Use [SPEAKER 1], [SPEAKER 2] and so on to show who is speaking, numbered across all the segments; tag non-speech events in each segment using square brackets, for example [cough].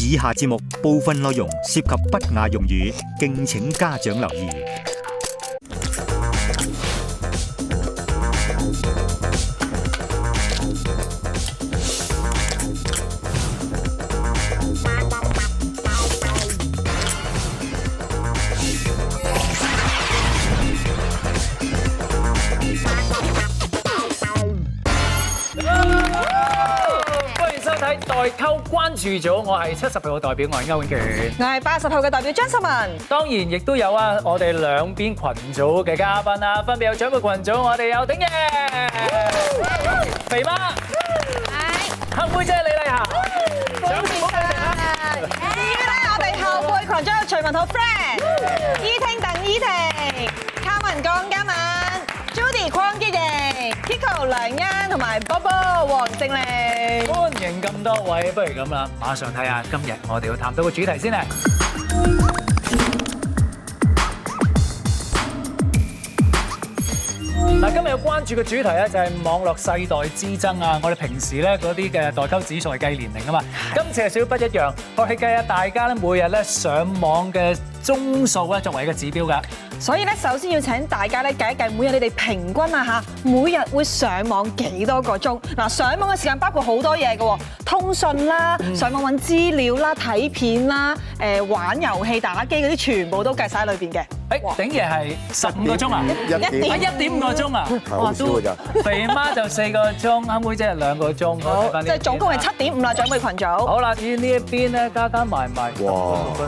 [SPEAKER 1] 以下節目部分內容涉及不雅用語，敬請家長留意。
[SPEAKER 2] 歡迎收睇代溝關注組，我係七十號嘅代表，我係歐永權。
[SPEAKER 3] 我係八十後嘅代表張秀文，
[SPEAKER 2] 當然亦都有啊，我哋兩邊群組嘅嘉賓啊，分別有長輩群組，我哋有鼎爺、肥媽、黑妹姐李麗霞。長輩
[SPEAKER 3] 而家咧我哋後輩群組有徐文浩 friend、依婷鄧依婷、卡文江嘉敏、Judy 鄺潔瑩、Kiko 梁欣同埋波波黃正玲。
[SPEAKER 2] 歡迎咁多位，不如咁啦，馬上睇下今日我哋要探討嘅主題先咧。嗱，今日要關注嘅主題咧就係網絡世代之爭啊！我哋平時咧嗰啲嘅代溝指數係計年齡啊嘛，今次係少少不一樣，我係計下大家咧每日咧上網嘅鐘數咧作為一個指標㗎。
[SPEAKER 3] 所以咧，首先要請大家咧計一計，每日你哋平均啊嚇，每日會上網幾多個鐘？嗱，上網嘅時間包括好多嘢嘅喎，通訊啦、上網揾資料啦、睇片啦、誒玩遊戲、打機嗰啲，全部都計晒喺裏邊嘅。
[SPEAKER 2] 誒，鼎爺係十五個鐘啊！
[SPEAKER 3] 一點
[SPEAKER 2] 啊，一點五個鐘啊！
[SPEAKER 4] 好少㗎咋
[SPEAKER 2] 肥媽就四個鐘，阿妹姐係兩個鐘。我睇
[SPEAKER 3] 好，
[SPEAKER 2] 返呢
[SPEAKER 3] 即係總共係七
[SPEAKER 2] 邊啊。
[SPEAKER 3] 點五啦，長輩群組。
[SPEAKER 2] 好啦，至於呢一邊咧，加加埋埋，
[SPEAKER 4] 哇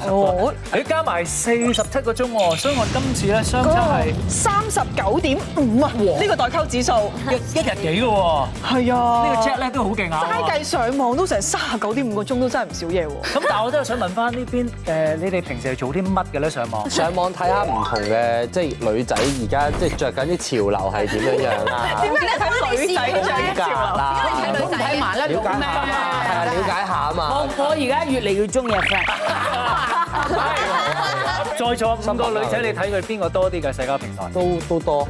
[SPEAKER 3] 哦
[SPEAKER 2] 你加埋四十七個鐘喎，所以我今次咧相差係
[SPEAKER 3] 三十九點五啊！呢個代溝指數
[SPEAKER 2] 一一日幾嘅喎。
[SPEAKER 3] 係啊，
[SPEAKER 2] 呢個 Jack 咧都好勁啊！
[SPEAKER 3] 齋計上網都成三十九點五個鐘，都真係唔少嘢喎。
[SPEAKER 2] 咁但係我都係想問翻呢邊誒，你哋平時係做啲乜嘅咧？上網
[SPEAKER 4] 上網睇下唔同嘅，即係女仔而家即係着緊啲潮流係點樣樣啊啦，
[SPEAKER 3] 點解你睇女仔
[SPEAKER 5] 點解啊你
[SPEAKER 3] 嘅潮
[SPEAKER 4] 價
[SPEAKER 3] 流？
[SPEAKER 4] 啦，
[SPEAKER 5] 睇女仔麻甩
[SPEAKER 4] 了
[SPEAKER 5] 佬
[SPEAKER 4] 解下
[SPEAKER 5] 咩？
[SPEAKER 4] 嘛，係啊，了解下啊嘛
[SPEAKER 5] 我，我而家越嚟越中意阿
[SPEAKER 2] [laughs]
[SPEAKER 5] Fred。
[SPEAKER 2] 在座五個女仔，你睇佢邊個多啲嘅社交平台？
[SPEAKER 4] 都都多，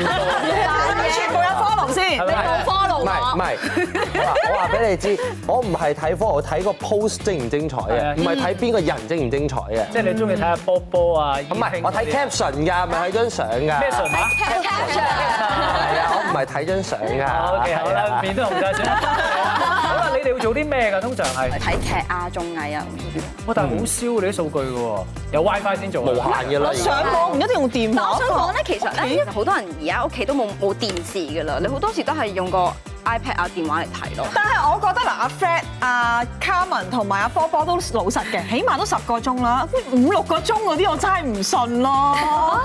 [SPEAKER 3] 你全部有 follow 先。
[SPEAKER 2] 係咪？
[SPEAKER 4] 唔
[SPEAKER 5] follow
[SPEAKER 4] 係唔
[SPEAKER 5] 我，
[SPEAKER 4] 係，我話我話俾你知，我唔係睇科，我睇個 post 精唔精彩
[SPEAKER 2] 係啊嗯
[SPEAKER 4] 嘅，唔係睇邊個人精唔精彩嘅，
[SPEAKER 2] 即係你中意睇下波波啊？
[SPEAKER 4] 唔
[SPEAKER 2] 唔
[SPEAKER 4] 係我睇 caption 㗎，唔係睇張相㗎，
[SPEAKER 2] 咩純啊？
[SPEAKER 4] 係啊，我唔係睇張相㗎，
[SPEAKER 2] O K，好
[SPEAKER 4] 係
[SPEAKER 2] 啦，
[SPEAKER 4] 啊
[SPEAKER 2] 面都紅
[SPEAKER 4] [laughs]
[SPEAKER 2] 晒先。好啦，你哋會做啲咩㗎？通常係，
[SPEAKER 6] 睇劇啊、綜藝啊，
[SPEAKER 2] 哇！但係好燒你啲數據㗎喎，有 WiFi 先做
[SPEAKER 4] 無
[SPEAKER 2] 㗎。
[SPEAKER 4] 限㗎
[SPEAKER 3] 我
[SPEAKER 4] 啦，而
[SPEAKER 3] 上
[SPEAKER 4] 家
[SPEAKER 3] 網唔一定用電
[SPEAKER 6] 但我
[SPEAKER 3] 話
[SPEAKER 6] 想講咧，其實咧，好多人而家屋企都冇冇電視噶啦，你好多時都係用個 iPad 啊、電話嚟睇咯。
[SPEAKER 3] 但係我覺得嗱，阿 Fred、阿 Carmen 同埋阿波波都老實嘅，起碼都十個鐘啦。五六個鐘嗰啲我真係唔信咯。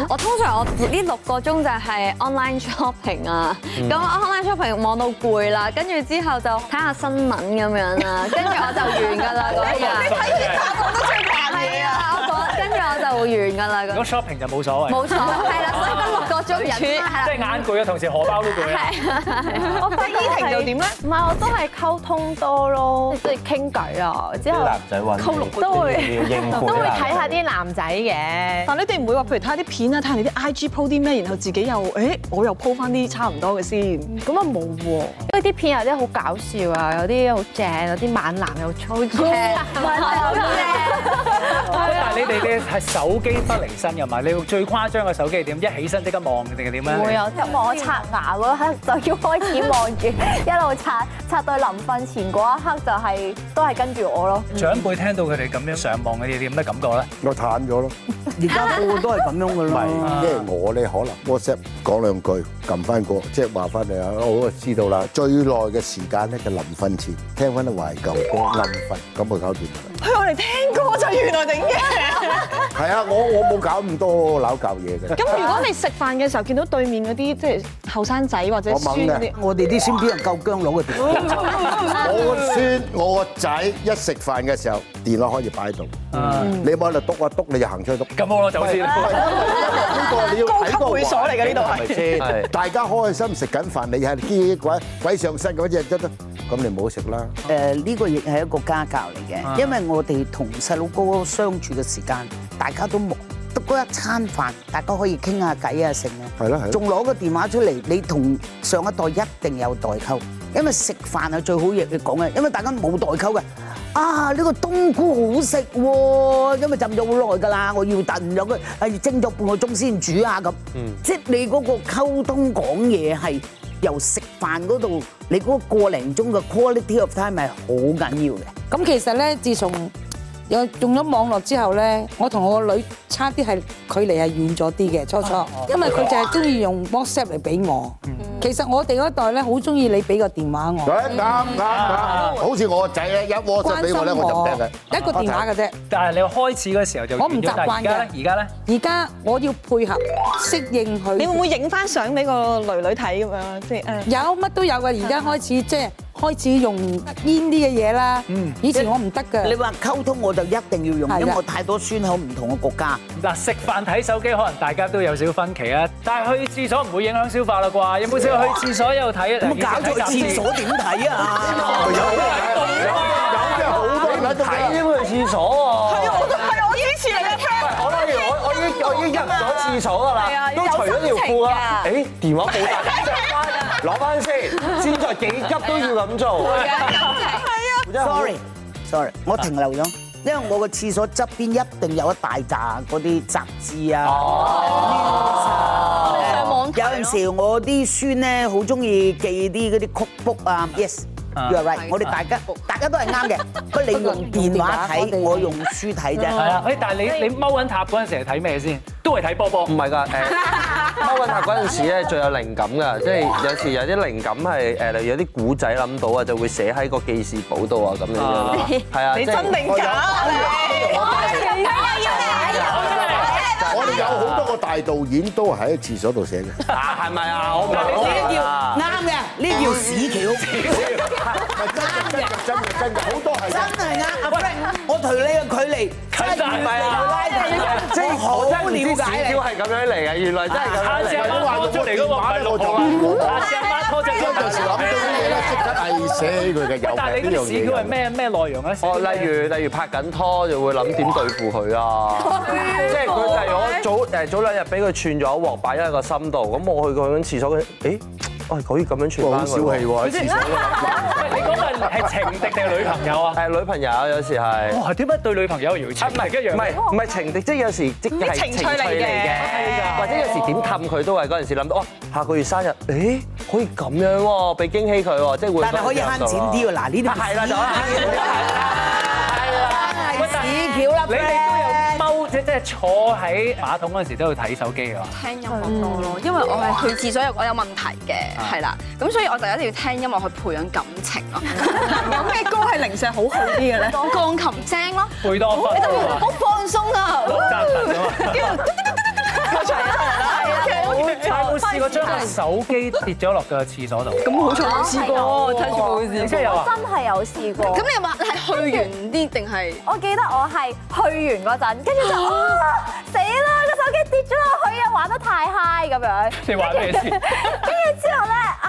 [SPEAKER 7] 我通常我呢六個鐘就係 online [laughs] shopping 啊，咁 online shopping 望到攰啦，跟住之後就睇下新聞咁樣啦，跟住我就完㗎啦嗰
[SPEAKER 2] [laughs]
[SPEAKER 7] 日。
[SPEAKER 3] 我都想扮
[SPEAKER 7] 係啊，我講跟住我就會完㗎啦
[SPEAKER 2] 如 [laughs]
[SPEAKER 7] 嗰
[SPEAKER 2] 果 shopping 就冇所謂，
[SPEAKER 7] 冇錯，係啦，所以嗰六個鐘人係啦
[SPEAKER 2] 即係眼攰啊，同時荷包都攰啊。
[SPEAKER 3] [laughs] 我發依婷又點咧？
[SPEAKER 8] 唔係，我都係溝通多咯，即係傾偈啊，之後
[SPEAKER 4] 仔揾
[SPEAKER 8] 溝六都會
[SPEAKER 4] 要應
[SPEAKER 8] 都會睇下啲男仔嘅。
[SPEAKER 3] 但你哋唔會話，譬如睇下啲片啊，睇下你啲 IG 鋪啲咩，然後自己又，誒，我又鋪翻啲差唔多嘅先。
[SPEAKER 8] 咁啊冇喎，因為啲片有啲好搞笑啊，有啲好正，有啲猛男又粗粗。
[SPEAKER 7] 啊
[SPEAKER 2] 但係你哋嘅係手機不離身㗎嘛？你會最誇張嘅手機係點？一起身即刻望定係點咧？
[SPEAKER 8] 會
[SPEAKER 2] 啊！
[SPEAKER 8] 有
[SPEAKER 9] 一望我刷牙嗰一刻就要開始望住，一路刷刷到臨瞓前嗰一刻就係、都係跟住我咯。
[SPEAKER 2] 長輩聽到佢哋咁樣上網嘅嘢，你有咩感覺咧？
[SPEAKER 10] 我淡咗咯，
[SPEAKER 5] 而家個個都係咁樣噶
[SPEAKER 10] 唔係
[SPEAKER 5] 啦。，
[SPEAKER 10] 因為我咧可能 WhatsApp 講兩句，撳翻個，即係話翻你啊，我就知道啦。最耐嘅時間咧就臨瞓前，聽翻啲懷舊歌臨瞓，咁就搞掂啦。
[SPEAKER 3] 佢我哋聽歌就原來頂嘅。
[SPEAKER 10] 係啊，我我冇搞咁多攪教嘢嘅，
[SPEAKER 3] 咁如果你食飯嘅時候見到對面嗰啲即係後生仔或者
[SPEAKER 10] 我
[SPEAKER 3] 孫
[SPEAKER 10] 猛
[SPEAKER 3] 嗰
[SPEAKER 10] 嘅
[SPEAKER 3] 啲，。
[SPEAKER 5] 我哋啲先邊人夠姜佬嘅電話，
[SPEAKER 10] 我個孫我個仔一食飯嘅時候，電腦開始擺喺度，你冇喺度篤啊篤，你就行出去篤。
[SPEAKER 2] 咁好啦，走先啦。
[SPEAKER 10] 呢個你要睇個
[SPEAKER 3] 高級會所嚟嘅呢度係
[SPEAKER 10] 咪先？大家開心食緊飯，你係啲鬼鬼上身咁樣，咁你唔好食啦。
[SPEAKER 11] 誒呃呢個亦係一個家教嚟嘅，因為我哋同細佬哥相處嘅時間，大家都忙，得嗰一餐飯，大家可以傾下偈啊，成啊，
[SPEAKER 10] 係咯係咯
[SPEAKER 11] 仲攞個電話出嚟，你同上一代一定有代溝，因為食飯係最好嘢嘅講嘅，因為大家冇代溝嘅。
[SPEAKER 3] 啊！呢、個冬菇好食喎，因為浸咗好耐㗎啦，我要燉咗佢，係蒸咗半個鐘先煮啊咁。
[SPEAKER 4] 嗯
[SPEAKER 3] 即係你嗰個溝通講嘢係由食飯嗰度，你嗰個零鐘嘅 quality of time 係好緊要嘅。
[SPEAKER 12] 咁其實咧，自從有用咗網絡之後咧，我同我個女差啲係距離係遠咗啲嘅初初
[SPEAKER 13] 哦，
[SPEAKER 12] 因為佢就係中意用 WhatsApp 嚟俾我。其實我哋嗰代咧，好中意你俾個電話我。
[SPEAKER 10] 啱啱啱，好似我個仔咧一 WhatsApp 俾我咧，我就唔聽
[SPEAKER 12] 一
[SPEAKER 10] 嘅。
[SPEAKER 12] 個電話嘅啫。
[SPEAKER 2] 但係你開始嗰時候就
[SPEAKER 12] 我唔
[SPEAKER 2] 完咗
[SPEAKER 12] 習慣
[SPEAKER 2] 但係而家
[SPEAKER 12] 嘅
[SPEAKER 2] 咧，而家咧。
[SPEAKER 12] 而家我要配合適應佢。
[SPEAKER 14] 你會唔會影翻相俾個女女睇咁樣？即係誒，
[SPEAKER 12] 有乜都有嘅，而家開始即係開始用煙啲嘅嘢啦。以前我唔得嘅。
[SPEAKER 3] 你話溝通我就一定要用，
[SPEAKER 2] 係啊
[SPEAKER 3] 因為我太多酸口唔同嘅國家。
[SPEAKER 2] 嗱，食飯睇手機可能大家都有少少分歧啊，但係去廁所唔會影響消化啦啩？有冇試過去廁所又睇啊？
[SPEAKER 3] 咁搞錯廁所點睇啊？
[SPEAKER 4] 睇呢個去廁所喎。
[SPEAKER 14] 係我支持你嘅 friend。
[SPEAKER 4] 我例如我我已經我已經入咗廁所㗎
[SPEAKER 14] 係啊
[SPEAKER 4] 啦，都除咗條褲啦。
[SPEAKER 14] 有
[SPEAKER 4] 誒電話冇帶，攞 [laughs] 翻先，先在幾急都要咁做。
[SPEAKER 3] Sorry。sorry，我停留咗，因為我個廁所側邊一定有一大扎嗰啲雜誌啊。news 啊有陣時我啲孫咧好中意記啲嗰啲曲 book 啊，yes。à,
[SPEAKER 4] 啊
[SPEAKER 3] you are right，
[SPEAKER 4] 係
[SPEAKER 3] 我哋大家大家都係啱嘅，不過你用電話睇，我用書睇啫。
[SPEAKER 2] 係啊，誒，但係你你踎緊塔嗰陣時係睇咩先？都係睇波 [laughs] 波。
[SPEAKER 4] 唔係㗎，誒，踎緊塔嗰陣時咧最有靈感㗎，即係有時有啲靈感係誒，例如有啲古仔諗到啊，就會寫喺個記事簿度啊咁樣樣啦。係啊，
[SPEAKER 14] 你
[SPEAKER 4] 即係
[SPEAKER 14] 真定假啊你？
[SPEAKER 10] 我哋有好多個大導演都係喺廁所度寫嘅。
[SPEAKER 4] [laughs] 啊係咪啊？我唔係
[SPEAKER 3] Ờ.
[SPEAKER 10] 呢啲叫
[SPEAKER 3] 啱嘅，呢叫屎橋。
[SPEAKER 10] 真嘅真嘅真嘅，好多係
[SPEAKER 3] 真係啱，阿 À, Frank，我同你嘅距離真係唔係拉低，
[SPEAKER 4] 即係
[SPEAKER 3] 好
[SPEAKER 4] 我真係唔
[SPEAKER 3] 了
[SPEAKER 4] 知
[SPEAKER 3] 解
[SPEAKER 4] 屎
[SPEAKER 3] 你
[SPEAKER 4] 橋。係咁樣嚟嘅，原來真係咁
[SPEAKER 2] [laughs]
[SPEAKER 4] 樣
[SPEAKER 2] 下次
[SPEAKER 4] 嚟
[SPEAKER 2] 阿
[SPEAKER 4] 嘅。
[SPEAKER 2] 媽拖出嚟嗰個唔係六號啊！下次阿媽拖出嚟嗰個
[SPEAKER 10] 有時諗到啲嘢咧，即刻係寫佢嘅有
[SPEAKER 2] 但係
[SPEAKER 10] 嘅
[SPEAKER 2] 你嗰
[SPEAKER 10] 呢
[SPEAKER 2] 啲
[SPEAKER 10] 樣嘢
[SPEAKER 2] 屎
[SPEAKER 10] 有
[SPEAKER 2] 橋
[SPEAKER 10] 嘅
[SPEAKER 2] 係。咩咩內容咧？
[SPEAKER 4] 哦，例如例如拍緊拖就會諗點對付佢啊，即係佢例如我早誒早兩日俾佢串咗一鑊擺喺個心度，咁我去佢廁所，佢誒，哎可以咁樣串翻
[SPEAKER 10] 好小氣喎喺廁所
[SPEAKER 2] 你講係係情敵定係女朋友啊？
[SPEAKER 4] 係女朋友有時係。
[SPEAKER 2] 哇！點解對女朋友要情
[SPEAKER 4] 啊唔係
[SPEAKER 2] 敵一樣？
[SPEAKER 4] 唔係唔係情敵，即係有時即係
[SPEAKER 2] 情趣
[SPEAKER 4] 情
[SPEAKER 2] 嚟嘅
[SPEAKER 4] 趣嚟嘅，或者有時點氹佢都係嗰陣時諗到，哦下個月生日，誒可以咁樣喎，俾驚喜佢喎，即係會。
[SPEAKER 3] 但係可以慳錢啲喎，嗱呢啲
[SPEAKER 4] 係啦就
[SPEAKER 3] 屎橋啦
[SPEAKER 2] 你哋都有踎，即即係坐喺馬桶嗰陣時都要睇手機啊！
[SPEAKER 7] 聽音樂多咯，因為我係去廁所有我有問題嘅，係啦，咁所以我就一定要聽音樂去培養感情咯。有
[SPEAKER 14] [laughs]
[SPEAKER 7] 咩歌係零舍好好啲嘅咧？鋼琴聲咯，
[SPEAKER 2] 貝多芬
[SPEAKER 7] 你都 [laughs] 好放鬆啊！
[SPEAKER 2] 扎實啊嘛
[SPEAKER 7] 跟住我出嚟啦係啊
[SPEAKER 2] 有冇試過將個手機跌咗落個廁所度？
[SPEAKER 7] 咁好彩冇試過，真係冇試過。
[SPEAKER 2] 你真係有啊！
[SPEAKER 15] 真係有試過。
[SPEAKER 7] 咁你話係去完啲定係？
[SPEAKER 15] 我記得我係去完嗰陣，跟住就啊死啦！個手機跌咗落去啊，玩得太 high 咁樣。
[SPEAKER 2] 你玩咩先
[SPEAKER 15] 跟住之後咧，唉，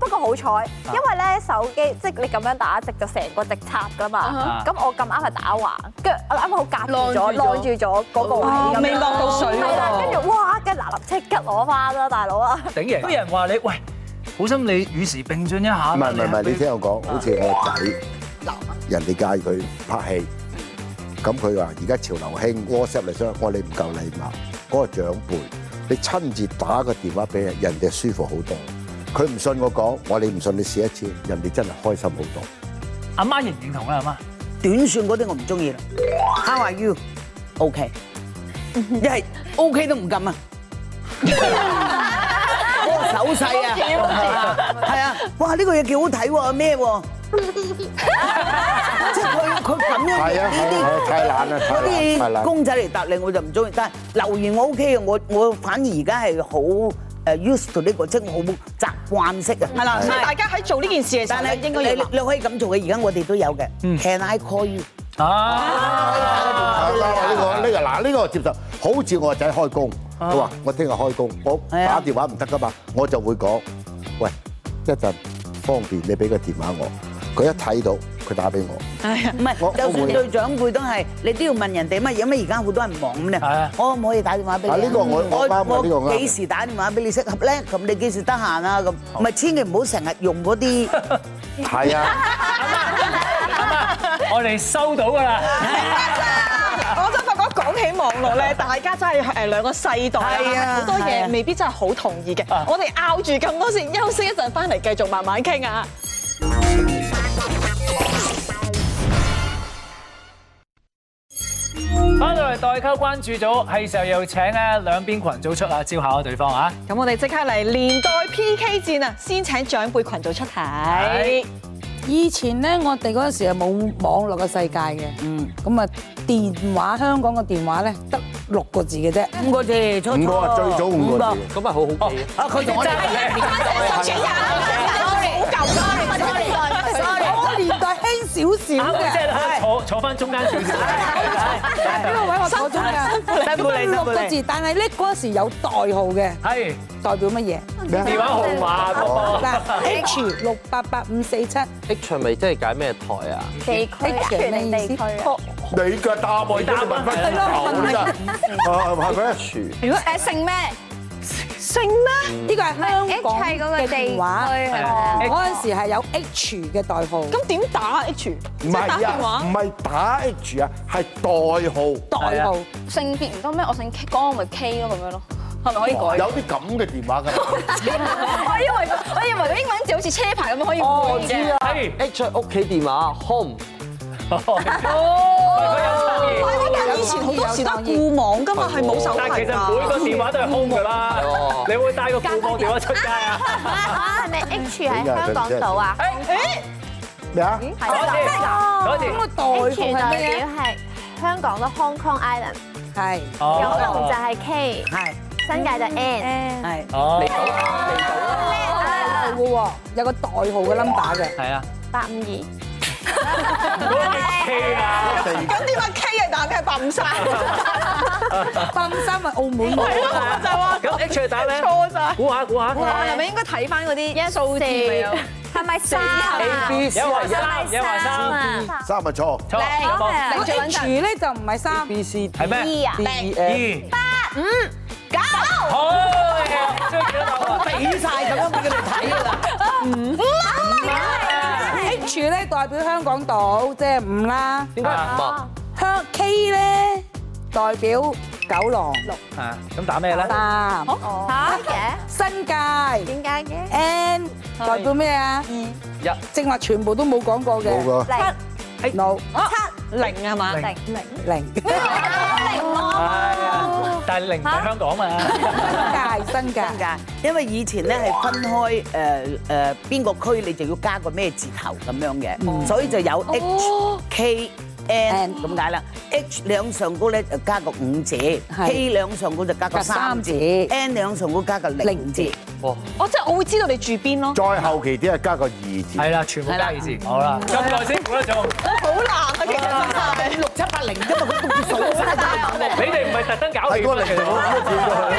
[SPEAKER 15] 不過好彩，因為咧手機即係你咁樣打直就成個直插噶嘛
[SPEAKER 14] 啊。
[SPEAKER 15] 咁我咁啱係打橫，跟住我啱啱好夾住咗，
[SPEAKER 14] 晾
[SPEAKER 15] 晾
[SPEAKER 14] 住
[SPEAKER 15] 住咗嗰個位咁樣
[SPEAKER 14] 哦未落到水喎
[SPEAKER 15] 係啦，跟住哇，跟住嗱嗱即刻攞翻啦，大佬啊！
[SPEAKER 2] 頂人！有人話你喂，好心你與時並進一下。
[SPEAKER 10] 唔係唔係唔係，你聽我講，好似我個仔，人哋介佢拍戲，咁佢話而家潮流興 WhatsApp 嚟，所以我哋唔夠禮貌。嗰、個長輩，你親自打個電話俾人，人哋舒服好多。佢唔信我講，我哋唔信你試一次，人哋真係開心好多。
[SPEAKER 2] 阿媽認唔認同啊啦？阿媽。
[SPEAKER 3] 短信嗰啲我唔中意啦。How
[SPEAKER 14] [laughs]
[SPEAKER 3] are you？OK，一係 OK 都唔撳啊！嗰個手勢啊，係啊！哇，呢個嘢幾好睇喎，咩喎？即係佢佢咁樣
[SPEAKER 10] 係
[SPEAKER 3] 呢
[SPEAKER 10] 啊係啊係啊
[SPEAKER 3] 啲
[SPEAKER 10] 太懶啦太
[SPEAKER 3] 嗰
[SPEAKER 10] 懶太
[SPEAKER 3] 啲
[SPEAKER 10] 懶
[SPEAKER 3] 公仔嚟答你我就唔中意，但係留言我 OK 嘅，我我反而而家係好誒 used to 呢個，即係我好習慣式啊。
[SPEAKER 14] 係啦，所以大家喺做呢件事嘅時候咧，應該要
[SPEAKER 3] 你你可以咁做嘅，而家我哋都有嘅。Can I call you？
[SPEAKER 10] 啊，啱啊呢個呢個嗱呢個我接受，好似我個仔開工，佢話我聽日開工，我打電話唔得噶嘛，我就會講，喂，一陣方便你俾個電話我，佢一睇到佢打俾我。
[SPEAKER 3] 唔係，就算對長輩都係，你都要問人哋乜嘢，因為而家好多人忙咁咧。我可唔可以打電話俾你啊？
[SPEAKER 10] 啊呢個我我啱啊呢個啱
[SPEAKER 3] 我幾時打電話俾你適合咧？咁你幾時得閒啊？咁咪千祈唔好成日用嗰啲。
[SPEAKER 10] 係啊。
[SPEAKER 2] Hãy subscribe cho kênh Ghiền Mì Gõ Để không bỏ lỡ 我哋收到㗎啦。
[SPEAKER 3] [laughs] 我真發覺講起網 [laughs] 絡咧，大家真係誒兩個世代
[SPEAKER 2] 係啊
[SPEAKER 3] 啦，好多
[SPEAKER 2] 係啊
[SPEAKER 3] 嘢未必真係好同意嘅。我哋拗住咁多先，休息一陣翻嚟繼續慢慢傾啊！
[SPEAKER 2] 翻到嚟代溝關注組，係時候又請咧兩邊群組出啊，招下對方啊。
[SPEAKER 3] 咁我哋即刻嚟年代 PK 戰啊！先請長輩群組出題。
[SPEAKER 16] 以前咧，我哋嗰陣時係冇網絡嘅世界嘅，嗯，咁啊電話香港嘅電話咧得六個字嘅啫，五個字，初
[SPEAKER 10] 五個啊最早五個字
[SPEAKER 4] 咁咪好好記
[SPEAKER 16] 啊！佢同我哋我個年代輕少少嘅，
[SPEAKER 2] 即係坐坐翻中間少少。
[SPEAKER 16] 呢個位我坐咗啦，
[SPEAKER 2] 辛苦你辛苦你
[SPEAKER 16] 六個字，但係咧嗰陣時有代號嘅，
[SPEAKER 2] 係
[SPEAKER 16] 代表乜嘢？
[SPEAKER 4] 電話號碼嗰個
[SPEAKER 16] 嗱 H 六八八五四七
[SPEAKER 4] H 係咪即係解咩台啊？
[SPEAKER 16] 地區係咩意思？
[SPEAKER 10] 你嘅答案已經問翻轉頭啦，啊係咪？
[SPEAKER 6] 如果誒姓咩？
[SPEAKER 16] 姓咩？呢個係香港
[SPEAKER 6] 係嗰個
[SPEAKER 16] 嘅
[SPEAKER 6] 地
[SPEAKER 16] 電話，
[SPEAKER 6] 區係
[SPEAKER 16] 哦嗰陣時係有 H 嘅代號。咁
[SPEAKER 3] 點打啊 H？
[SPEAKER 10] 唔係啊，唔係打 H 啊，係代號。
[SPEAKER 16] 代號
[SPEAKER 6] 性別唔得咩？我姓江咪 K 咯，咁樣咯，係咪可以改？
[SPEAKER 10] 有啲咁嘅電話㗎。
[SPEAKER 6] 我以為我以為佢英文字好似車牌咁樣可以換
[SPEAKER 4] 哦，我知
[SPEAKER 6] 嘅
[SPEAKER 4] 啊。，H 係屋企電話 home。
[SPEAKER 10] 啊
[SPEAKER 3] 喂但係以前好多時都係固網㗎嘛，係冇手提㗎。
[SPEAKER 2] 但係其實每個電話都係空㗎啦
[SPEAKER 4] 哦，
[SPEAKER 2] 你會帶個固網電話出街啊？
[SPEAKER 9] 啊，係咪 H 喺香港島啊？
[SPEAKER 10] 咩啊？
[SPEAKER 9] 係啊，
[SPEAKER 2] 嗰時
[SPEAKER 9] 咁
[SPEAKER 16] 嗰時
[SPEAKER 9] H 代表係香港咯，Hong Kong Island。
[SPEAKER 16] 係
[SPEAKER 9] 九龍就係 K，
[SPEAKER 16] 係
[SPEAKER 9] 新界就 N。
[SPEAKER 16] 係
[SPEAKER 2] 哦，
[SPEAKER 16] 代號嘅喎，有個代號嘅 number 嘅。
[SPEAKER 10] [laughs]
[SPEAKER 2] 係啊。
[SPEAKER 9] 八五二。
[SPEAKER 3] 咁點解啊 K 係打嘅係笨晒？
[SPEAKER 16] 八五三係澳門
[SPEAKER 3] 係咯，我就話
[SPEAKER 2] 咁 H 係打咩？
[SPEAKER 3] 錯晒
[SPEAKER 2] 估下估下。
[SPEAKER 6] 我係咪應該睇翻嗰啲數字未有？係咪三
[SPEAKER 16] 啊
[SPEAKER 10] A B C
[SPEAKER 2] 有話三，有話三。
[SPEAKER 10] 三咪錯。
[SPEAKER 2] 錯錯錯
[SPEAKER 16] 我 H 咧就唔係三，
[SPEAKER 4] B C E
[SPEAKER 2] 係咩？
[SPEAKER 16] 啊
[SPEAKER 2] 二。
[SPEAKER 16] 五九。
[SPEAKER 2] 好嘅，最記得答案。
[SPEAKER 16] 俾晒咁樣俾佢哋睇㗎啦。五 H 咧代表香港島，即係五啦。
[SPEAKER 4] 點解五啊？
[SPEAKER 16] 香 K 咧代表九龍
[SPEAKER 2] 啊，咁打咩咧？
[SPEAKER 16] 三，
[SPEAKER 9] 嚇嘅？
[SPEAKER 16] 新界
[SPEAKER 9] 點解嘅？
[SPEAKER 16] N 代表咩啊？
[SPEAKER 3] Ừ.
[SPEAKER 4] 一。
[SPEAKER 16] 正話全部都冇講過嘅。
[SPEAKER 10] 冇㗎
[SPEAKER 16] 七冇
[SPEAKER 3] 七零係嘛？
[SPEAKER 2] 零
[SPEAKER 16] 零零
[SPEAKER 2] 但係零喺香港嘛。
[SPEAKER 16] 新界新界
[SPEAKER 11] 新界，因為以前咧係分開誒誒邊個區你就要加個咩字頭咁樣嘅，所以就有 H K N 咁解啦。H 兩上高咧就加個五字，K 兩上高就加個三字，N 兩上高加個零字。
[SPEAKER 4] 哇！
[SPEAKER 3] 我即係我會知道你住邊咯。
[SPEAKER 10] 再後期啲係加個二字。
[SPEAKER 2] 係啦，全部加二字。好啦，咁耐先估得中。
[SPEAKER 3] 好難啊，其實真係。
[SPEAKER 11] 六七八零啫嘛，佢讀數
[SPEAKER 2] 你哋唔係特登搞
[SPEAKER 10] 係
[SPEAKER 2] 亂
[SPEAKER 10] 嗰個零頭咁樣跳咗去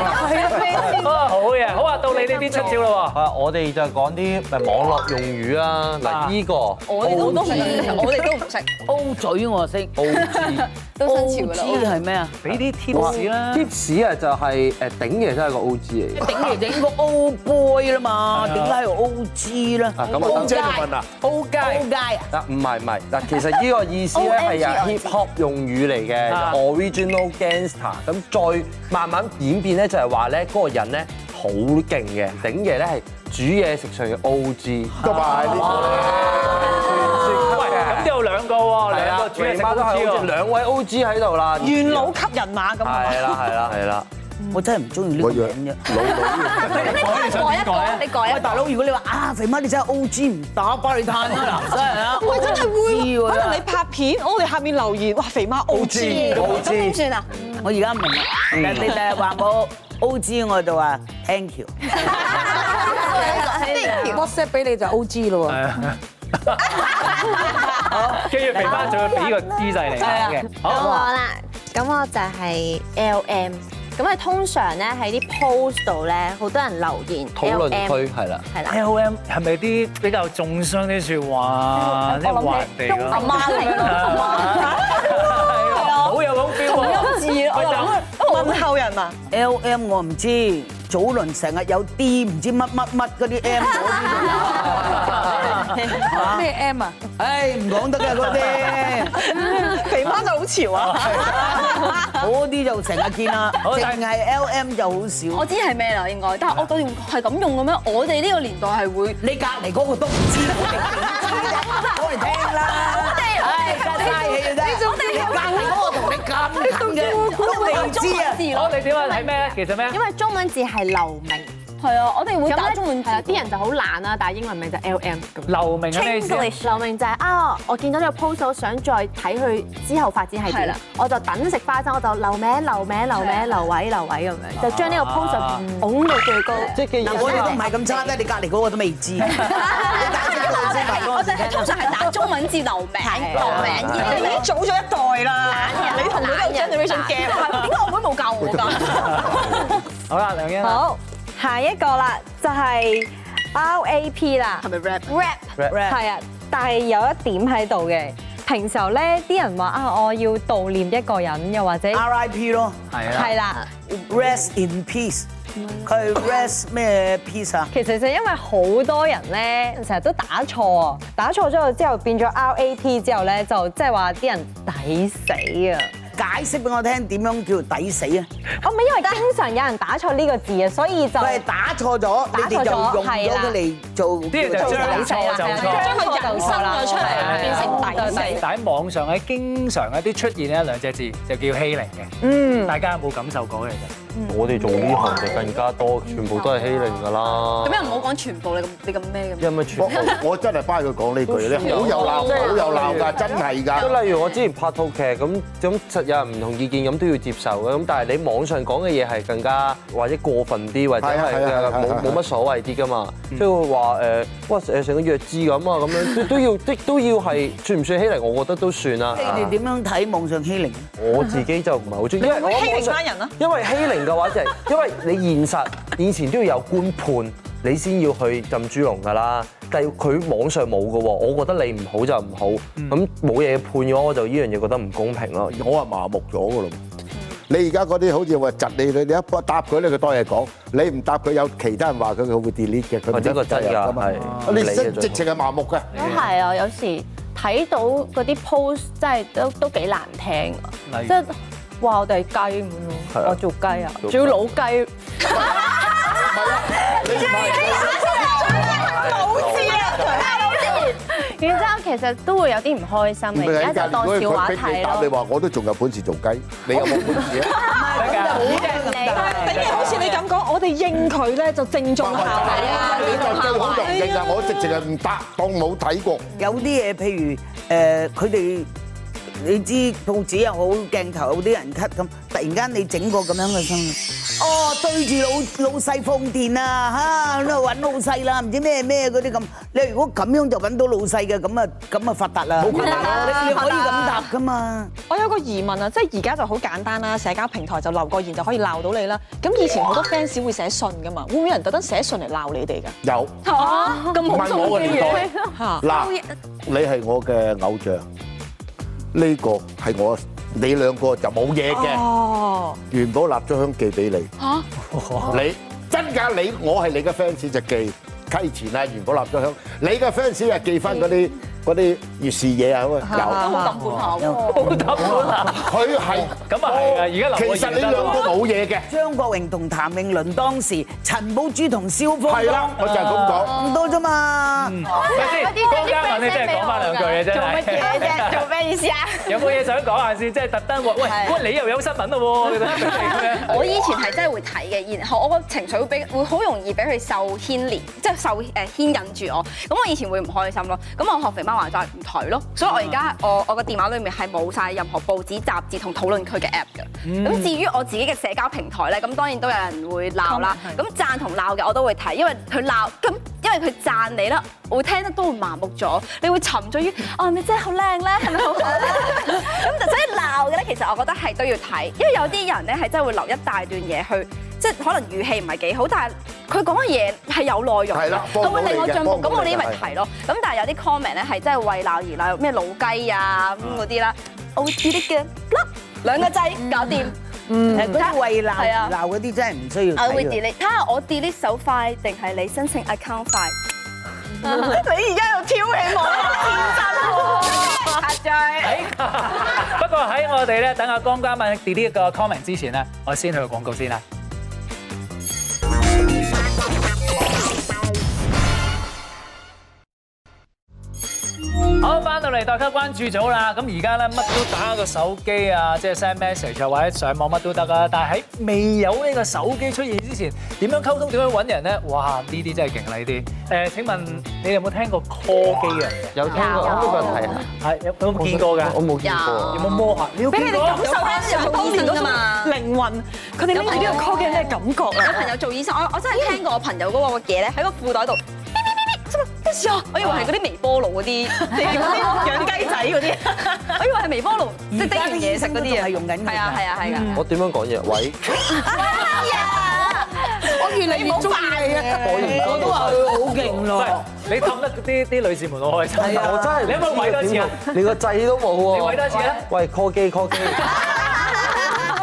[SPEAKER 10] 啊嘛
[SPEAKER 2] 啊，好嘅，好啊，到你呢啲出招啦
[SPEAKER 4] 啊！我哋就講啲誒網絡用語啦。嗱，依個
[SPEAKER 6] 我哋都都唔識，我哋都唔識。
[SPEAKER 11] O 嘴我識
[SPEAKER 4] 澳字
[SPEAKER 6] 都新潮㗎啦
[SPEAKER 11] O
[SPEAKER 3] 哦
[SPEAKER 11] 字係咩啊？
[SPEAKER 2] 喎，俾啲 tips 啦。
[SPEAKER 4] ，tips 啊就係誒頂嘅，真係個澳字嚟嘅。
[SPEAKER 11] 頂嚟就應該 O boy 啦嘛，點解係 O G 咧
[SPEAKER 4] 啊咁啊
[SPEAKER 10] 即係問啊，
[SPEAKER 11] ？O 街 O 街啊！
[SPEAKER 4] 嗱，唔係唔係，嗱，其實呢個意思咧係由 hip hop 用語嚟嘅
[SPEAKER 2] 啊
[SPEAKER 4] ，original gangster。咁再慢慢演變咧，就係話咧嗰個人咧好勁嘅，頂嘅咧係煮嘢食上嘅 O.G。
[SPEAKER 10] 同埋呢
[SPEAKER 2] 喂，
[SPEAKER 4] 喂，
[SPEAKER 2] 咁有兩個喎，兩個主力
[SPEAKER 4] 明
[SPEAKER 2] 食
[SPEAKER 4] 媽都啊係好似
[SPEAKER 2] 知喎。
[SPEAKER 4] 兩位 O.G. 喺度啦。
[SPEAKER 3] 元老級人馬咁啊
[SPEAKER 4] 係啦係啦係啦。
[SPEAKER 11] 我真係唔中意呢個名啫。
[SPEAKER 6] 你改一個，你改一
[SPEAKER 11] 喂，
[SPEAKER 6] 個
[SPEAKER 11] 大。佬，如果你話啊，肥媽你真係 O G 唔打，巴你攤
[SPEAKER 4] [laughs]
[SPEAKER 11] 啦，嗱，真係啊，
[SPEAKER 3] 喂，真係會喎，
[SPEAKER 11] 喎
[SPEAKER 3] 可能你拍片，我哋下面留言，哇，肥媽 O G，
[SPEAKER 6] 咁點算啊？
[SPEAKER 11] 嗯我而家唔明啦，
[SPEAKER 4] [laughs]
[SPEAKER 11] 但係你哋話我 O G，我就話 thank you。
[SPEAKER 16] WhatsApp 俾你就 O G 咯
[SPEAKER 4] 啊
[SPEAKER 16] 喎。
[SPEAKER 2] 跟住肥媽仲要俾個姿勢
[SPEAKER 11] 啊
[SPEAKER 2] 嚟
[SPEAKER 3] à.
[SPEAKER 2] 嘅。
[SPEAKER 15] 咁我
[SPEAKER 2] 好，
[SPEAKER 15] 啦，咁我就係 L M。咁啊，通常咧喺啲 post 度咧，好多人留言
[SPEAKER 4] 討論
[SPEAKER 15] LM
[SPEAKER 4] 區係啦。
[SPEAKER 15] 係啦。
[SPEAKER 2] L M 係咪啲比較重傷啲説話，即係話人哋
[SPEAKER 15] 阿媽嚟
[SPEAKER 2] 咯？係啊，好有種 feel
[SPEAKER 3] 同
[SPEAKER 2] 啊！
[SPEAKER 3] 音字，我又諗問候人啊，
[SPEAKER 11] L M 我唔知，
[SPEAKER 3] 早輪成日有 D 唔知乜乜乜嗰啲 M 嗰啲就有。
[SPEAKER 17] 咩 M 啊？
[SPEAKER 3] 唉，唔講得㗎嗰啲，
[SPEAKER 6] 肥媽就好潮
[SPEAKER 3] 啊！嗰啲就成日見啦，
[SPEAKER 7] 好
[SPEAKER 3] 淨係 L M 就好少。
[SPEAKER 7] 我知係咩啦，應該，但係我嗰用係咁用嘅咩？我哋呢個年代係會，
[SPEAKER 3] 你隔離嗰個都唔知，我哋講嚟聽啦。
[SPEAKER 7] 我哋
[SPEAKER 3] 唉，真係嘥氣嘅啫。
[SPEAKER 7] 我
[SPEAKER 3] 隔
[SPEAKER 7] 哋
[SPEAKER 3] 離嗰個同你
[SPEAKER 7] [laughs] 啊
[SPEAKER 3] 咁近嘅，都未知啊。
[SPEAKER 2] 我哋點啊？睇咩咧？其實咩？
[SPEAKER 15] 因為中文字係流明。
[SPEAKER 7] 係啊，我哋會打中文字。
[SPEAKER 15] 係啊，啲人就好懶啦，但係英文名就 L M 咁。
[SPEAKER 2] 流明係咩意思啊
[SPEAKER 15] Chinglish 流明就係啊，我見到呢個 post，我想再睇佢之後發展係
[SPEAKER 7] 係
[SPEAKER 15] 點
[SPEAKER 7] 啦，
[SPEAKER 15] 我就等食花生，我就留名、留名、留名、留位、留位咁樣，就將呢
[SPEAKER 2] 啊
[SPEAKER 15] 個 post 拱到最高。
[SPEAKER 3] 嗱，我哋都唔係咁差咧，你隔離嗰個都未知。
[SPEAKER 7] 我哋係通常係打中文字留名，留名而
[SPEAKER 6] 你已經早咗一代啦，你同佢都有 generation gap。
[SPEAKER 7] 點解我妹冇教
[SPEAKER 6] [laughs]
[SPEAKER 7] 我㗎？
[SPEAKER 2] 好啦，梁英啊。
[SPEAKER 15] 好，下一個啦，就係 R A P 啦，係咪 rap rap
[SPEAKER 2] Rap
[SPEAKER 15] 係啊，但係有一點喺度嘅。平時候咧，啲人話啊，我要悼念一個人，又或者
[SPEAKER 3] R.I.P. 咯，
[SPEAKER 15] 係啊係啦
[SPEAKER 3] ，Rest in peace，佢係 rest 咩 peace 啊？
[SPEAKER 15] 其實就因為好多人咧，成日都打錯啊，打錯咗之後變咗 R A P 之後咧，就即係話啲人抵死啊！
[SPEAKER 3] 解釋俾我聽點樣叫抵死啊？
[SPEAKER 15] 哦，唔係因為經常有人打錯呢個字啊，所以就
[SPEAKER 3] 佢係打錯咗，
[SPEAKER 15] 打錯咗
[SPEAKER 3] 你哋就用
[SPEAKER 15] 係
[SPEAKER 3] 咗
[SPEAKER 15] 啦
[SPEAKER 3] 佢嚟做
[SPEAKER 2] 啲人就將
[SPEAKER 3] 做
[SPEAKER 2] 錯就錯，
[SPEAKER 15] 將佢人生咗出嚟變成抵死
[SPEAKER 2] 但喺網上咧，經常一啲出現咧兩隻字就叫欺凌嘅。
[SPEAKER 15] 嗯，
[SPEAKER 2] 大家有冇感受過其實？
[SPEAKER 4] 我哋做呢行就更加多，全部都係欺凌㗎啦。
[SPEAKER 7] 咁又唔好講全部，你咁你咁咩咁？
[SPEAKER 4] 因為全
[SPEAKER 10] [laughs] 我我真係巴佢講呢句 [laughs] 咧，好有鬧，好有鬧㗎，真係㗎。
[SPEAKER 4] 即例如我之前拍套劇咁，咁實有人唔同意見，咁都要接受嘅。咁但係你網上講嘅嘢係更加或者過分啲，或者係呃
[SPEAKER 10] 係啊係啊係啊係啊
[SPEAKER 4] 冇冇乜所謂啲噶嘛。即係會話誒，哇誒成個弱智咁啊咁樣，都 [laughs] 都要都都要係算唔算欺凌？我覺得都算啦。
[SPEAKER 3] 你哋點樣睇網上欺凌？
[SPEAKER 4] 我自己就唔係好中意，因為我
[SPEAKER 6] 欺
[SPEAKER 4] 網
[SPEAKER 6] 凌
[SPEAKER 4] 上
[SPEAKER 6] 班人啊？
[SPEAKER 4] 因為欺凌嘅話，就係因為你現實以前都要有官判，你先要去浸豬籠㗎啦。但係佢網上冇㗎喎，我覺得你唔好就唔好，咁冇嘢判咗，我就呢樣嘢覺得唔公平咯。
[SPEAKER 10] 我係麻木咗㗎咯。你而家嗰啲好似話窒你，你你一答佢咧，佢多嘢講；你唔答佢，有其他人話佢，佢會 delete 嘅。
[SPEAKER 4] 哦
[SPEAKER 10] 佢唔
[SPEAKER 4] 呢個
[SPEAKER 10] 得
[SPEAKER 4] 真㗎
[SPEAKER 10] 㗎嘛
[SPEAKER 4] 係啊
[SPEAKER 10] 你
[SPEAKER 4] 唔理嘅
[SPEAKER 10] 識
[SPEAKER 4] 最好
[SPEAKER 10] 直情係麻木嘅。
[SPEAKER 15] 都係啊，有時睇到嗰啲 post 真係都都幾難聽
[SPEAKER 10] 例
[SPEAKER 15] 啊，
[SPEAKER 10] 如
[SPEAKER 15] 即係話我哋係雞咁樣
[SPEAKER 10] 係啊
[SPEAKER 15] 咯，我做雞啊，
[SPEAKER 10] 做雞
[SPEAKER 15] 仲要老雞。然之後其實都會有啲唔開心嘅，而家就當笑話睇
[SPEAKER 10] 答你
[SPEAKER 15] 咯。
[SPEAKER 10] 話我都仲有本事做雞，你有冇本事 [laughs] 啊？
[SPEAKER 6] 等於好似你咁講，我哋應佢咧就正中下懷啊，
[SPEAKER 10] 你就最好就唔認啦，我直情係唔答，當冇睇過。
[SPEAKER 3] 有啲嘢，譬如誒，佢哋你知報紙又好，鏡頭有啲人 cut 咁，突然間你整個咁樣嘅生活，哦，對住老老細放電啊，嚇，咁啊揾老細啦，唔知咩咩嗰啲咁。你如果咁樣就揾到老細嘅，咁啊咁啊發達啦，你你可以咁答噶嘛？
[SPEAKER 6] 我有個疑問啊，即係而家就好簡單啦，社交平台就留個言就可以鬧到你啦。咁以前好多 fans 會寫信噶嘛，會唔會有人特登寫信嚟鬧你哋㗎？
[SPEAKER 10] 有。
[SPEAKER 6] 嚇
[SPEAKER 10] 唔係我嘅年代。嗱，你係我嘅偶像，呢個係我，你兩個就冇嘢
[SPEAKER 3] Ờ.
[SPEAKER 10] 嘅。
[SPEAKER 6] 哦，
[SPEAKER 10] 元寶立咗香寄俾你，
[SPEAKER 6] 嚇，
[SPEAKER 10] 你真㗎你，我係你嘅 fans 就寄溪前啊，元寶立咗香，你嘅 fans 啊寄翻嗰啲嗰啲粵視嘢啊，咁啊有。
[SPEAKER 2] 好
[SPEAKER 7] 哦
[SPEAKER 2] 抌本啊！
[SPEAKER 10] 佢係
[SPEAKER 2] 咁啊係啊！而家留個
[SPEAKER 3] 其實你兩
[SPEAKER 10] 個冇嘢嘅。
[SPEAKER 3] 張國榮同譚詠麟當時，陳寶珠同蕭峰
[SPEAKER 10] 係啦我就係咁講
[SPEAKER 3] 咁多啫嘛。
[SPEAKER 2] 等先，江嘉文你真係講翻兩句嘅啫。
[SPEAKER 3] 做乜嘢啫做
[SPEAKER 15] 咩意思啊？
[SPEAKER 2] [laughs] 有冇嘢想講下先？即係特登話，喂，喂，你又有新聞咯喎！你哋
[SPEAKER 7] 我以前係真係會睇嘅，然後我個情緒會俾會好容易俾佢受牽連，即係受誒牽引住我。咁我以前會唔開心咯。咁我學肥媽話齋唔睇咯，所以我而家我我個電話裏面係冇晒任何報紙、雜誌同討論區嘅 app 嘅。
[SPEAKER 15] 嗯
[SPEAKER 7] 咁至於我自己嘅社交平台咧，咁當然都有人會鬧啦。咁讚同鬧嘅我都會睇，因為佢鬧咁，因為佢讚你啦，會聽得都會麻木咗，你會沉醉於哦，係咪真係好靚咧？係咪好好咧？咁就所以鬧嘅咧，其實我覺得係都要睇，因為有
[SPEAKER 9] [laughs]
[SPEAKER 7] 啲人咧係真係會留一大段嘢去，即係可能語氣唔係幾好，但係佢講嘅嘢係有內容
[SPEAKER 15] 係
[SPEAKER 7] 嘅
[SPEAKER 15] 啦，幫
[SPEAKER 7] 佢
[SPEAKER 15] 到
[SPEAKER 7] 會令我
[SPEAKER 15] 你嘅
[SPEAKER 7] 進步，咁
[SPEAKER 15] 幫到
[SPEAKER 7] 我
[SPEAKER 15] 你
[SPEAKER 7] 呢咪
[SPEAKER 15] 嘅係
[SPEAKER 7] 睇咯。咁但係有啲 comment 咧係真係為鬧而鬧，咩老雞啊咁嗰啲啦，我會知啲嘅，嗱兩個掣搞掂。
[SPEAKER 11] 嗯，
[SPEAKER 6] 係
[SPEAKER 11] 嗰啲喂鬧
[SPEAKER 6] 係啊
[SPEAKER 11] 鬧嗰啲真係唔需要睇
[SPEAKER 6] 我
[SPEAKER 11] 㗎。
[SPEAKER 6] 會 delete，睇下我 delete 手快定係你申請 account 快。你而家又挑起我，天真喎，阿 J。
[SPEAKER 2] 不過喺我哋咧等阿江嘉敏 delete 個 comment 之前咧，我先去個廣告先啦。好，翻到嚟代溝關注組啦。咁而家咧乜都打個手機啊，即係 send message 啊或者上網乜都得啊。但係喺未有呢個手機出現之前，點樣溝通？點樣揾人咧？哇！呢啲真係勁啦呢啲。誒，請問你哋有冇聽過 call 機啊？
[SPEAKER 4] 有聽過有呢個題啊
[SPEAKER 2] 係有有冇見過㗎？
[SPEAKER 4] 我冇見過
[SPEAKER 2] 有冇摸下？你有
[SPEAKER 3] 俾
[SPEAKER 2] 見
[SPEAKER 3] 你哋
[SPEAKER 2] 過
[SPEAKER 3] 感受下上當年嗰種靈魂，佢哋拎住呢個 call 嘅咩感覺
[SPEAKER 6] 有
[SPEAKER 3] 啊？
[SPEAKER 6] 朋友做醫生，我我真係聽過我朋友嗰個嘢咧喺個褲袋度。咩事啊！我以為係嗰啲微波爐嗰啲，你
[SPEAKER 3] 係嗰啲養雞仔嗰啲，
[SPEAKER 6] 我以為係微波爐，即係叮完嘢食嗰啲啊，
[SPEAKER 11] 係用緊㗎
[SPEAKER 6] 係啊係啊係啊！
[SPEAKER 4] 我點樣講嘢？喂，
[SPEAKER 6] 我越嚟越中意你啊！
[SPEAKER 2] 我都話佢好勁咯。你氹得啲啲女士們好開心。
[SPEAKER 4] 係啊，我真係
[SPEAKER 2] 你可唔可以餵
[SPEAKER 4] 唔
[SPEAKER 2] 多
[SPEAKER 4] 知
[SPEAKER 2] 次
[SPEAKER 4] 點
[SPEAKER 2] 啊？
[SPEAKER 4] 講連個掣都冇喎。
[SPEAKER 2] 你喂多次啊！
[SPEAKER 4] 喂，call 機 call
[SPEAKER 2] [laughs]
[SPEAKER 4] 機，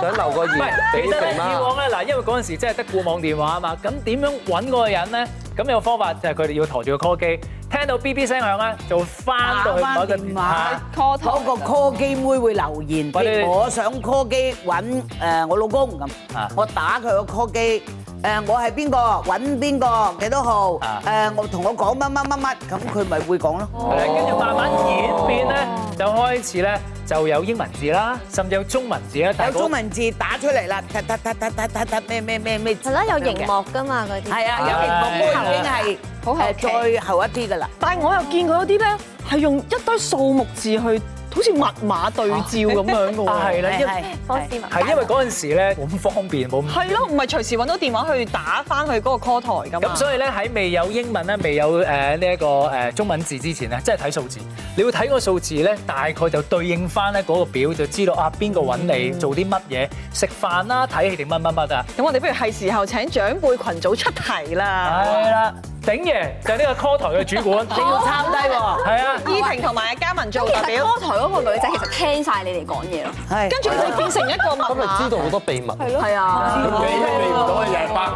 [SPEAKER 4] 想留個
[SPEAKER 2] 唔係
[SPEAKER 4] 言，
[SPEAKER 2] 其
[SPEAKER 4] 俾
[SPEAKER 2] 實咧
[SPEAKER 4] 肥
[SPEAKER 2] 以
[SPEAKER 4] 媽。
[SPEAKER 2] 往咧嗱，因為嗰陣時真係得固網電話啊嘛，咁點樣揾嗰個人咧？咁有個方法就係佢哋要抬住個 call 機，聽到 B B 聲響咧，就翻到去某一個電話。
[SPEAKER 6] call
[SPEAKER 11] 嗰個 call 機妹會留言，
[SPEAKER 2] 喂
[SPEAKER 11] 譬
[SPEAKER 2] 你
[SPEAKER 11] 如我想 call ờ, 機揾誒我老公咁
[SPEAKER 2] 啊，
[SPEAKER 11] 我打佢個 call 機。
[SPEAKER 6] À,
[SPEAKER 11] 誒，我係邊個？揾邊個？幾多號？誒，我同我講乜乜乜乜，咁佢咪會講咯。
[SPEAKER 2] 係啦跟住慢慢演變咧，就開始咧就有英文字啦，甚至有中文字啦。但係
[SPEAKER 11] 有
[SPEAKER 2] 嗰
[SPEAKER 11] 中文字打出嚟啦，突突突突突突突咩咩咩咩，係
[SPEAKER 7] 啦，有熒幕噶嘛嗰啲。
[SPEAKER 11] 係啊，有熒幕都已經係好後
[SPEAKER 6] À,
[SPEAKER 11] 再後一啲噶啦。
[SPEAKER 3] 但係我又見過有啲咧係用一堆數目字去，好似密碼對照咁樣嘅喎。
[SPEAKER 2] 啊係啦因為
[SPEAKER 3] 方思文
[SPEAKER 2] 係因為嗰陣時咧冇咁方便，冇咁
[SPEAKER 3] 係咯，唔係隨時揾到電話去打翻去嗰個 call 台㗎嘛。
[SPEAKER 6] 啊
[SPEAKER 2] 咁所以咧喺未有英文咧，未有誒呢一個誒中文字之前咧，即係睇數字。你要睇個數字咧，大概就對應翻咧嗰個表，就知道啊邊個揾
[SPEAKER 6] 嗯
[SPEAKER 2] 你做啲乜嘢，食飯啦，睇戲定乜乜乜啊。
[SPEAKER 3] 咁我哋不如係時候請長輩群組出題
[SPEAKER 6] 啊
[SPEAKER 3] 啦。
[SPEAKER 2] 係啦，鼎爺就係呢個 call 台嘅主
[SPEAKER 6] [laughs]
[SPEAKER 2] 管，
[SPEAKER 3] 你要抄低喎
[SPEAKER 2] 係啊，
[SPEAKER 3] 依婷同埋阿嘉文做代表。
[SPEAKER 6] 其實 call 台嗰個女仔其實聽晒你哋講嘢咯，
[SPEAKER 11] 跟
[SPEAKER 3] 住佢哋變成一個密
[SPEAKER 4] 咁咪知
[SPEAKER 3] 碼。
[SPEAKER 4] 道好多秘密。
[SPEAKER 6] 係咯，係啊。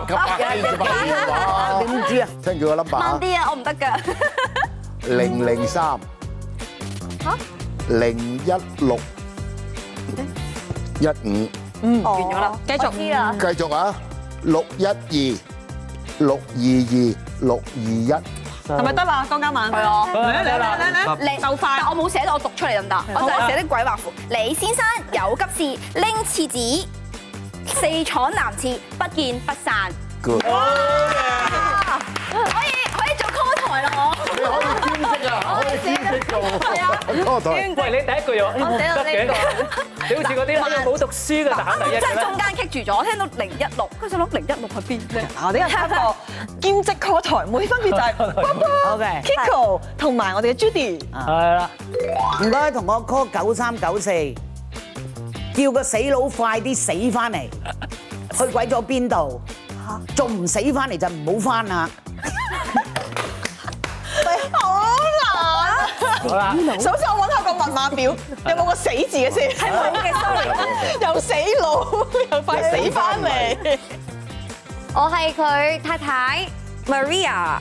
[SPEAKER 2] Ờ.
[SPEAKER 10] 點知啊？聽住個 number
[SPEAKER 6] 慢
[SPEAKER 10] 啊，
[SPEAKER 6] 啲啊，我唔得㗎。
[SPEAKER 10] 零零三
[SPEAKER 6] 嚇，
[SPEAKER 10] 零一六一五，
[SPEAKER 3] 嗯，
[SPEAKER 6] 完咗啦，
[SPEAKER 3] 繼續啲啦。
[SPEAKER 10] 繼續啊，六一二六二二六二一，係
[SPEAKER 11] Ờ.
[SPEAKER 3] 係咪得啦？江嘉敏。係
[SPEAKER 6] 啊
[SPEAKER 3] 嚟嚟
[SPEAKER 6] Ờ.
[SPEAKER 3] 嚟嚟嚟，
[SPEAKER 6] 就快！但我冇寫到，我讀出嚟得唔得？我就係寫啲鬼畫符。李先生有急事，拎廁紙，四廠男廁，不見不散。
[SPEAKER 10] Good
[SPEAKER 6] 可以可以做 call 台啦，我。你可以兼職啊，可以兼職做。係啊，
[SPEAKER 10] call
[SPEAKER 2] [laughs] 喂，你第一句又哎
[SPEAKER 6] 我寫到
[SPEAKER 2] 得嘅
[SPEAKER 6] 呢，
[SPEAKER 2] [laughs] 你好似
[SPEAKER 6] [laughs]
[SPEAKER 2] 嗰啲咧冇讀書嘅打第一
[SPEAKER 6] 真
[SPEAKER 2] 嘅
[SPEAKER 6] 係
[SPEAKER 2] 咧
[SPEAKER 6] 中。間棘住咗，我聽到零一六，佢想諗零一六係邊咧？
[SPEAKER 3] 我哋有三啊個 [laughs] 兼職 call 台，每分別就係 [laughs]
[SPEAKER 11] OK
[SPEAKER 3] Kiko 同埋我哋嘅 Judy。
[SPEAKER 2] 係啦，
[SPEAKER 11] 唔該，同我 call 九三九四，叫個死佬快啲死翻嚟，去鬼咗邊度？仲唔死翻嚟就唔好翻啦！
[SPEAKER 2] 好啦，
[SPEAKER 6] [laughs]
[SPEAKER 3] 首先我揾下個密碼表，有冇個死字嘅先？啊係冇 [laughs] 嘅，sorry。又死佬，又快死翻嚟。
[SPEAKER 7] 我係佢太太 Maria，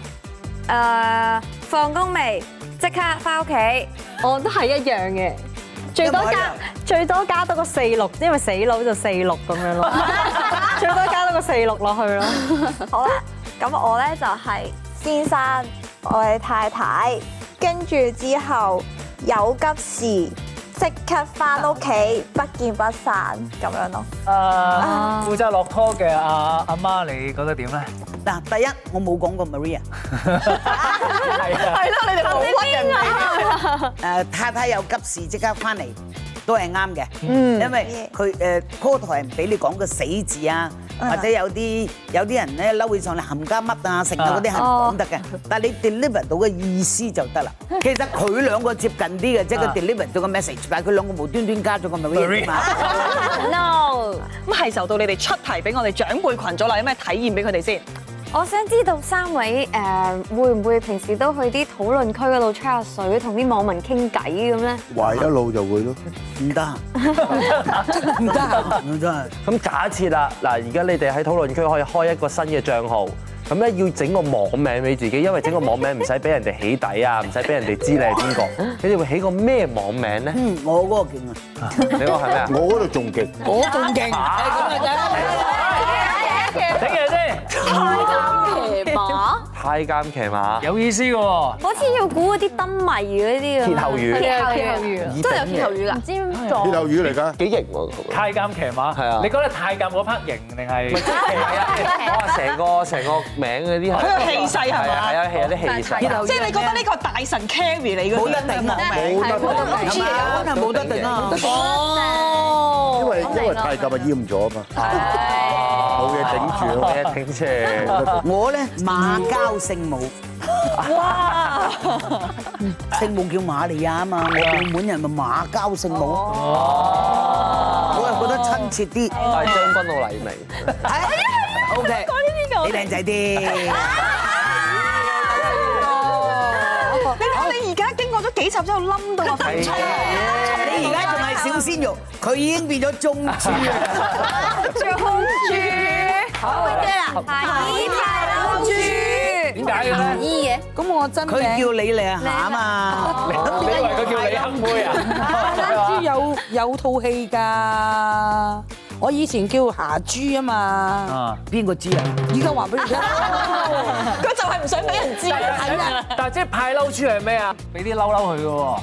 [SPEAKER 7] 誒放工未？即刻翻屋企。
[SPEAKER 15] 我哦都係一樣嘅，最
[SPEAKER 7] 啊
[SPEAKER 15] 多加最多加多個四六，因為死佬就四六咁樣
[SPEAKER 7] [laughs]
[SPEAKER 15] 咯，最多加多個四六落去咯。
[SPEAKER 9] 好啦，咁我咧就係先生，我係太太，跟住之後有急事即刻翻屋企，不見不散咁樣咯。
[SPEAKER 2] 誒
[SPEAKER 6] 啊
[SPEAKER 2] 啊負責落 call 嘅阿阿媽，你覺得點
[SPEAKER 6] [laughs]
[SPEAKER 2] 咧？
[SPEAKER 11] 嗱，第一我冇講過 Maria，
[SPEAKER 2] 係啊。
[SPEAKER 3] 咯，你哋冇屈人哋。
[SPEAKER 11] 誒呃太太有急事即刻翻嚟都係啱嘅，
[SPEAKER 3] 嗯
[SPEAKER 11] 因為佢呃誒 call 台唔俾你講個死字啊，
[SPEAKER 3] 嗯
[SPEAKER 11] 或者有啲有啲人咧嬲起上嚟冚家乜啊，成啊嗰啲係唔
[SPEAKER 3] 哦
[SPEAKER 11] 講得嘅，但係你 deliver 到嘅意思就得啦。
[SPEAKER 3] 嗯
[SPEAKER 11] 其實佢兩個接近啲嘅，即係
[SPEAKER 3] 啊
[SPEAKER 6] 啊
[SPEAKER 11] 佢 deliver 到個 message，但係佢兩個無端端加咗個 Maria 嘛。
[SPEAKER 3] No，咁係時候到你哋出題俾我哋長輩群組啦，有咩體驗俾佢哋先？
[SPEAKER 7] 我想知道三位誒會唔會平時都去啲討論區嗰度吹下水，同啲網民傾偈咁咧？
[SPEAKER 10] 話一路就會咯。
[SPEAKER 11] 唔得，
[SPEAKER 7] 唔得，
[SPEAKER 11] 我真係。
[SPEAKER 4] 咁假設啦，嗱，而家你哋喺討論區可以開一個新嘅帳號，咁咧要整個網名俾自己，因為整個網名唔使俾人哋起底啊，唔使俾人哋知你係邊個。
[SPEAKER 2] [laughs]
[SPEAKER 4] 你哋會起個咩網名咧？
[SPEAKER 11] 嗯，我嗰個勁啊！
[SPEAKER 4] [laughs] 你嗰個係咩啊？
[SPEAKER 10] 我嗰度仲勁，
[SPEAKER 11] 我仲勁。
[SPEAKER 3] 啊
[SPEAKER 2] 整嘢先。
[SPEAKER 7] 騎馬，
[SPEAKER 4] 太監騎馬。
[SPEAKER 2] 有意思嘅喎。
[SPEAKER 7] 好似要估嗰啲燈謎嗰啲啊。
[SPEAKER 4] 歇後語
[SPEAKER 7] 歇後語，真係有歇後語㗎。
[SPEAKER 6] 唔
[SPEAKER 7] 知
[SPEAKER 5] 啊
[SPEAKER 10] 呢頭魚嚟㗎，
[SPEAKER 4] 幾型喎！
[SPEAKER 2] 太監騎馬，係啊你覺得太監嗰 part 型定係？
[SPEAKER 4] 我話啊成個成個名嗰啲係。
[SPEAKER 3] 啊佢有氣勢係嘛
[SPEAKER 4] 係啊係啊，係有啲氣勢。
[SPEAKER 3] 即係你覺得呢個係大神 carry 你嗰啲
[SPEAKER 11] 冇得頂啊
[SPEAKER 3] 係啊
[SPEAKER 11] 真係冇得頂啊！
[SPEAKER 7] 哦，
[SPEAKER 10] 因為因為太監啊閹咗啊嘛，冇嘢頂住
[SPEAKER 4] 冇
[SPEAKER 10] 啊
[SPEAKER 4] 嘢
[SPEAKER 10] 嘛。
[SPEAKER 4] 頂
[SPEAKER 3] [laughs]
[SPEAKER 4] 住。
[SPEAKER 11] 我咧馬交聖母，
[SPEAKER 3] 哇！
[SPEAKER 11] 聖母叫瑪利亞啊嘛，我澳門人咪馬交聖母咯。
[SPEAKER 3] 哦
[SPEAKER 11] 我又覺得親切啲。
[SPEAKER 4] 但係將軍澳黎明。
[SPEAKER 11] O K，你靚仔啲。
[SPEAKER 3] 你睇你而家經過咗幾集之後冧到我分唔出
[SPEAKER 11] 啊你而家仲係小鮮肉，佢已經變咗中啊豬啦。
[SPEAKER 7] 公主，好嘅啦，係公主，
[SPEAKER 2] 點解嘅咧？
[SPEAKER 7] 醫嘅。
[SPEAKER 16] 咁我真
[SPEAKER 11] 佢叫你靚下啊嘛，咁
[SPEAKER 2] 你以為佢叫李克妹
[SPEAKER 16] 豬有有套戲㗎，我以前叫霞豬啊嘛。
[SPEAKER 11] 邊個知啊？
[SPEAKER 16] 而家話俾你聽，
[SPEAKER 3] 佢就係唔想俾人知係啊！
[SPEAKER 2] 啊？但係即係派嬲豬係咩啊？俾啲嬲嬲佢嘅喎。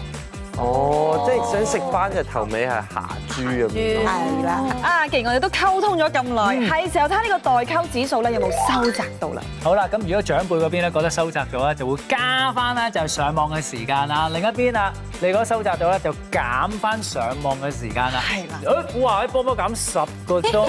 [SPEAKER 4] 哦，即係想食翻隻頭尾係下豬咁樣。
[SPEAKER 16] 係啦。
[SPEAKER 3] 啊，既然我哋都溝通咗咁耐，係時候睇下呢個代溝指數咧有冇收窄到啦。
[SPEAKER 2] 好啦，咁如果長輩嗰邊咧覺得收窄咗咧，就會加翻咧就係上網嘅時間啦。另一邊啊，你覺得收窄咗咧就減翻上網嘅時間啦。係啦。誒，哇！波波減十個
[SPEAKER 9] [laughs]
[SPEAKER 2] 鐘。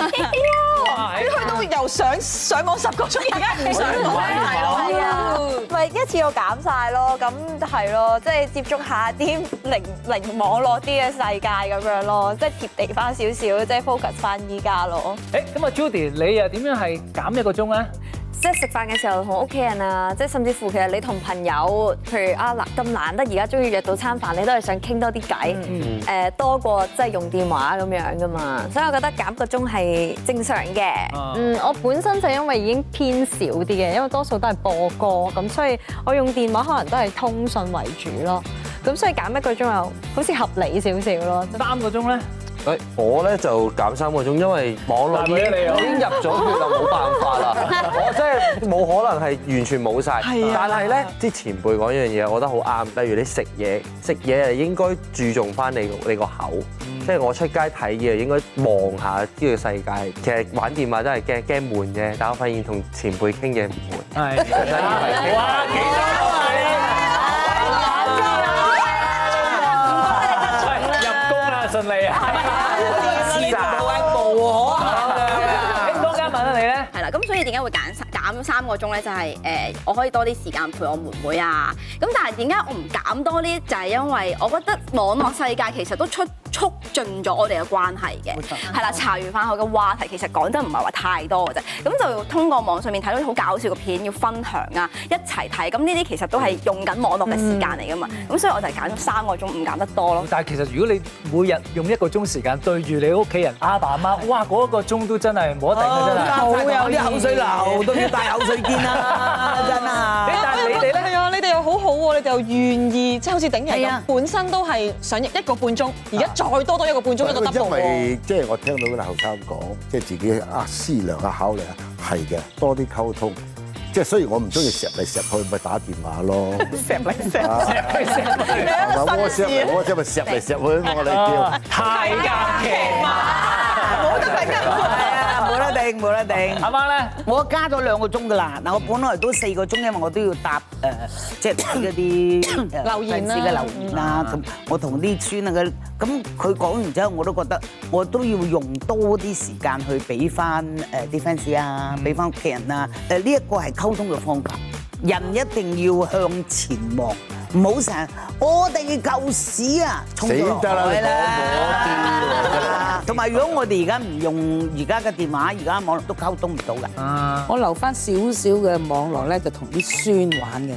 [SPEAKER 2] 哇！
[SPEAKER 3] 你去到由上上網十個鐘，而家唔上網
[SPEAKER 9] 係啊，
[SPEAKER 7] 哦
[SPEAKER 9] 咪一次過減晒咯，咁係咯，即係接觸下啲零零網絡啲嘅世界咁樣咯，即係貼地翻少少，即係 focus 翻依家咯。
[SPEAKER 2] 誒，咁啊，Judy，你又點樣係減一個鐘咧？
[SPEAKER 7] 即係食飯嘅時候同屋企人啊，即係甚至乎其實你同朋友，譬如啊嗱咁難得而家終於約到餐飯，你都係想傾多啲偈，誒、
[SPEAKER 5] 嗯
[SPEAKER 7] 多過即係用電話咁樣噶嘛，所以我覺得減個鐘係正常嘅。
[SPEAKER 5] 啊
[SPEAKER 15] 嗯，我本身就因為已經偏少啲嘅，因為多數都係播歌咁，所以我用電話可能都係通訊為主咯。咁所以減一個鐘又好似合理少少咯。
[SPEAKER 2] 三個鐘咧？
[SPEAKER 4] 誒，我咧就減三個鐘，因為網絡已經已經入咗血啦，冇辦法 [laughs] 啦。我真係冇可能係完全冇晒。
[SPEAKER 1] 係啊
[SPEAKER 4] 但係咧，啲前輩講一樣嘢，我覺得好啱。例如你食嘢，食嘢係應該注重翻你個你個口。即係我出街睇嘢，應該望下呢個世界。其實玩電話真係驚驚悶啫，但我發現同前輩傾嘢唔悶。
[SPEAKER 2] 係。
[SPEAKER 4] 哇！幾
[SPEAKER 2] 入工啦，順利啊！
[SPEAKER 11] 前步係無可
[SPEAKER 2] 衡量嘅。嘉敏啊，你咧？
[SPEAKER 6] 係啦，咁所以點解會揀三減三個鐘咧？就係、誒，我可以多啲時間陪我妹妹啊。咁但係點解我唔減多呢？就係、因為我覺得網絡世界其實都出促進咗我哋嘅關係嘅。係啦，茶餘飯後嘅話題其實講真唔係話太多嘅啫。咁就通過網上面睇到啲好搞笑嘅片要分享啊，一齊睇。咁呢啲其實都係用緊網絡嘅時間嚟噶嘛。咁所以我就係揀咗三個鐘，唔減得多咯。
[SPEAKER 2] 但係其實如果你每日用一個鐘時間對住你屋企人阿爸阿媽，哇嗰一個鐘都真係冇得頂嘅真係。
[SPEAKER 11] 好有啲口水流，都要戴口水肩啦，真
[SPEAKER 4] [laughs]
[SPEAKER 11] 係。
[SPEAKER 2] 但係你哋咧？
[SPEAKER 3] 係啊，你哋又好好喎，你哋又願意，即係好似頂人
[SPEAKER 11] 係
[SPEAKER 3] 咁
[SPEAKER 11] 啊，
[SPEAKER 3] 本身都係想一個半鐘，而家再多多一個半鐘一個
[SPEAKER 10] 因
[SPEAKER 3] double 喎。
[SPEAKER 10] 為即係我聽到嗰啲後生講，即係自己啊思量啊考慮啊，係嘅，多啲溝通。即係雖然我唔中意錫嚟錫去，咪打電話咯。
[SPEAKER 3] 錫嚟錫
[SPEAKER 10] 去，
[SPEAKER 3] 錫
[SPEAKER 10] 我錫嚟我錫咪錫嚟錫去啊嘛，我哋叫。
[SPEAKER 2] 太監騎馬，
[SPEAKER 11] 冇得頂啊！冇得頂，冇得頂。
[SPEAKER 2] 阿媽咧，
[SPEAKER 11] 我加咗兩個鐘㗎啦。嗱，我本來都四個鐘，因為我都要答
[SPEAKER 6] ờ,
[SPEAKER 11] 誒，即係嗰啲誒
[SPEAKER 15] 留言
[SPEAKER 11] fans
[SPEAKER 15] 啦
[SPEAKER 11] 嘅留言啦。咁我同啲孫啊嗰啲，咁佢講完之後，我都覺得我都要用多啲時間去俾翻
[SPEAKER 6] ờ,
[SPEAKER 11] 誒啲 fans
[SPEAKER 6] à,
[SPEAKER 11] 啊，俾翻屋企人啊。誒呢一個係溝通嘅方法，人一定要向前望。唔好成日，
[SPEAKER 6] à.
[SPEAKER 11] 我哋嘅舊屎啊，衝咗落
[SPEAKER 10] 死得啦你
[SPEAKER 11] 海
[SPEAKER 10] 講嗰啲
[SPEAKER 11] 啦！同埋
[SPEAKER 6] 係如果我哋而家唔用而家嘅電話，而家網絡都溝通唔到㗎。
[SPEAKER 7] 我留翻少少嘅網絡咧，就同啲孫玩嘅。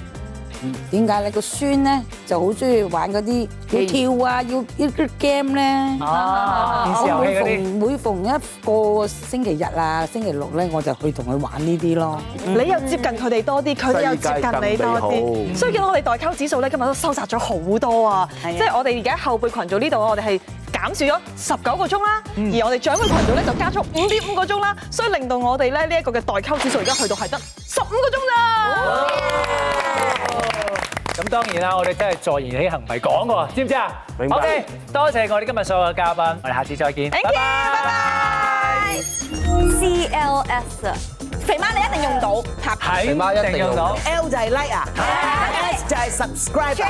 [SPEAKER 7] 點解咧？個孫咧就好中意玩嗰啲要跳啊，要要啲 game 咧。
[SPEAKER 2] 哦電視
[SPEAKER 7] 我
[SPEAKER 2] 遊戲嗰
[SPEAKER 7] 每逢每逢一個星期日啊、星期六咧，我就去同佢玩呢啲咯。
[SPEAKER 3] 你又接近佢哋多啲，佢哋又接近你多啲，所以見到我哋代溝指數咧，今日都收窄咗好多啊！即係我哋而家後輩群組呢度，我哋係減少咗十九個鐘啦，而我哋長輩群組咧就加速五點五個鐘啦，所以令到我哋咧呢一個嘅代溝指數而家去到係得十五個鐘咋。
[SPEAKER 2] 咁當然啦，我哋真係坐言起行，唔係講喎，知唔知啊
[SPEAKER 6] 明白
[SPEAKER 2] ？OK，多謝我哋今日所有嘅嘉賓，我哋下次再見，拜拜。
[SPEAKER 18] CLS 啊，肥媽你一定用到，拍
[SPEAKER 2] 係媽一定用到
[SPEAKER 6] L 就係 like 啊，S 就係 subscribe 啊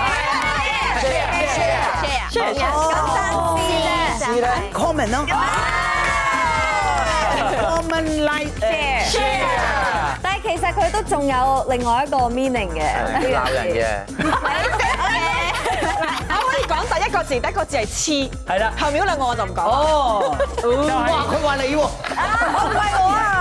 [SPEAKER 18] share
[SPEAKER 6] share Oh.
[SPEAKER 18] 簡單啲啫。
[SPEAKER 6] comment 咯，comment like
[SPEAKER 15] Share
[SPEAKER 6] share
[SPEAKER 15] 但係其實佢都仲有另外一個 meaning 嘅。
[SPEAKER 4] 要鬧人嘅，
[SPEAKER 3] 我可以講第一個字，第一個字係黐，
[SPEAKER 2] 係啦，
[SPEAKER 3] 後面嗰兩個我就唔講。哦，
[SPEAKER 6] 就係佢話你喎。
[SPEAKER 3] 唔係我啊！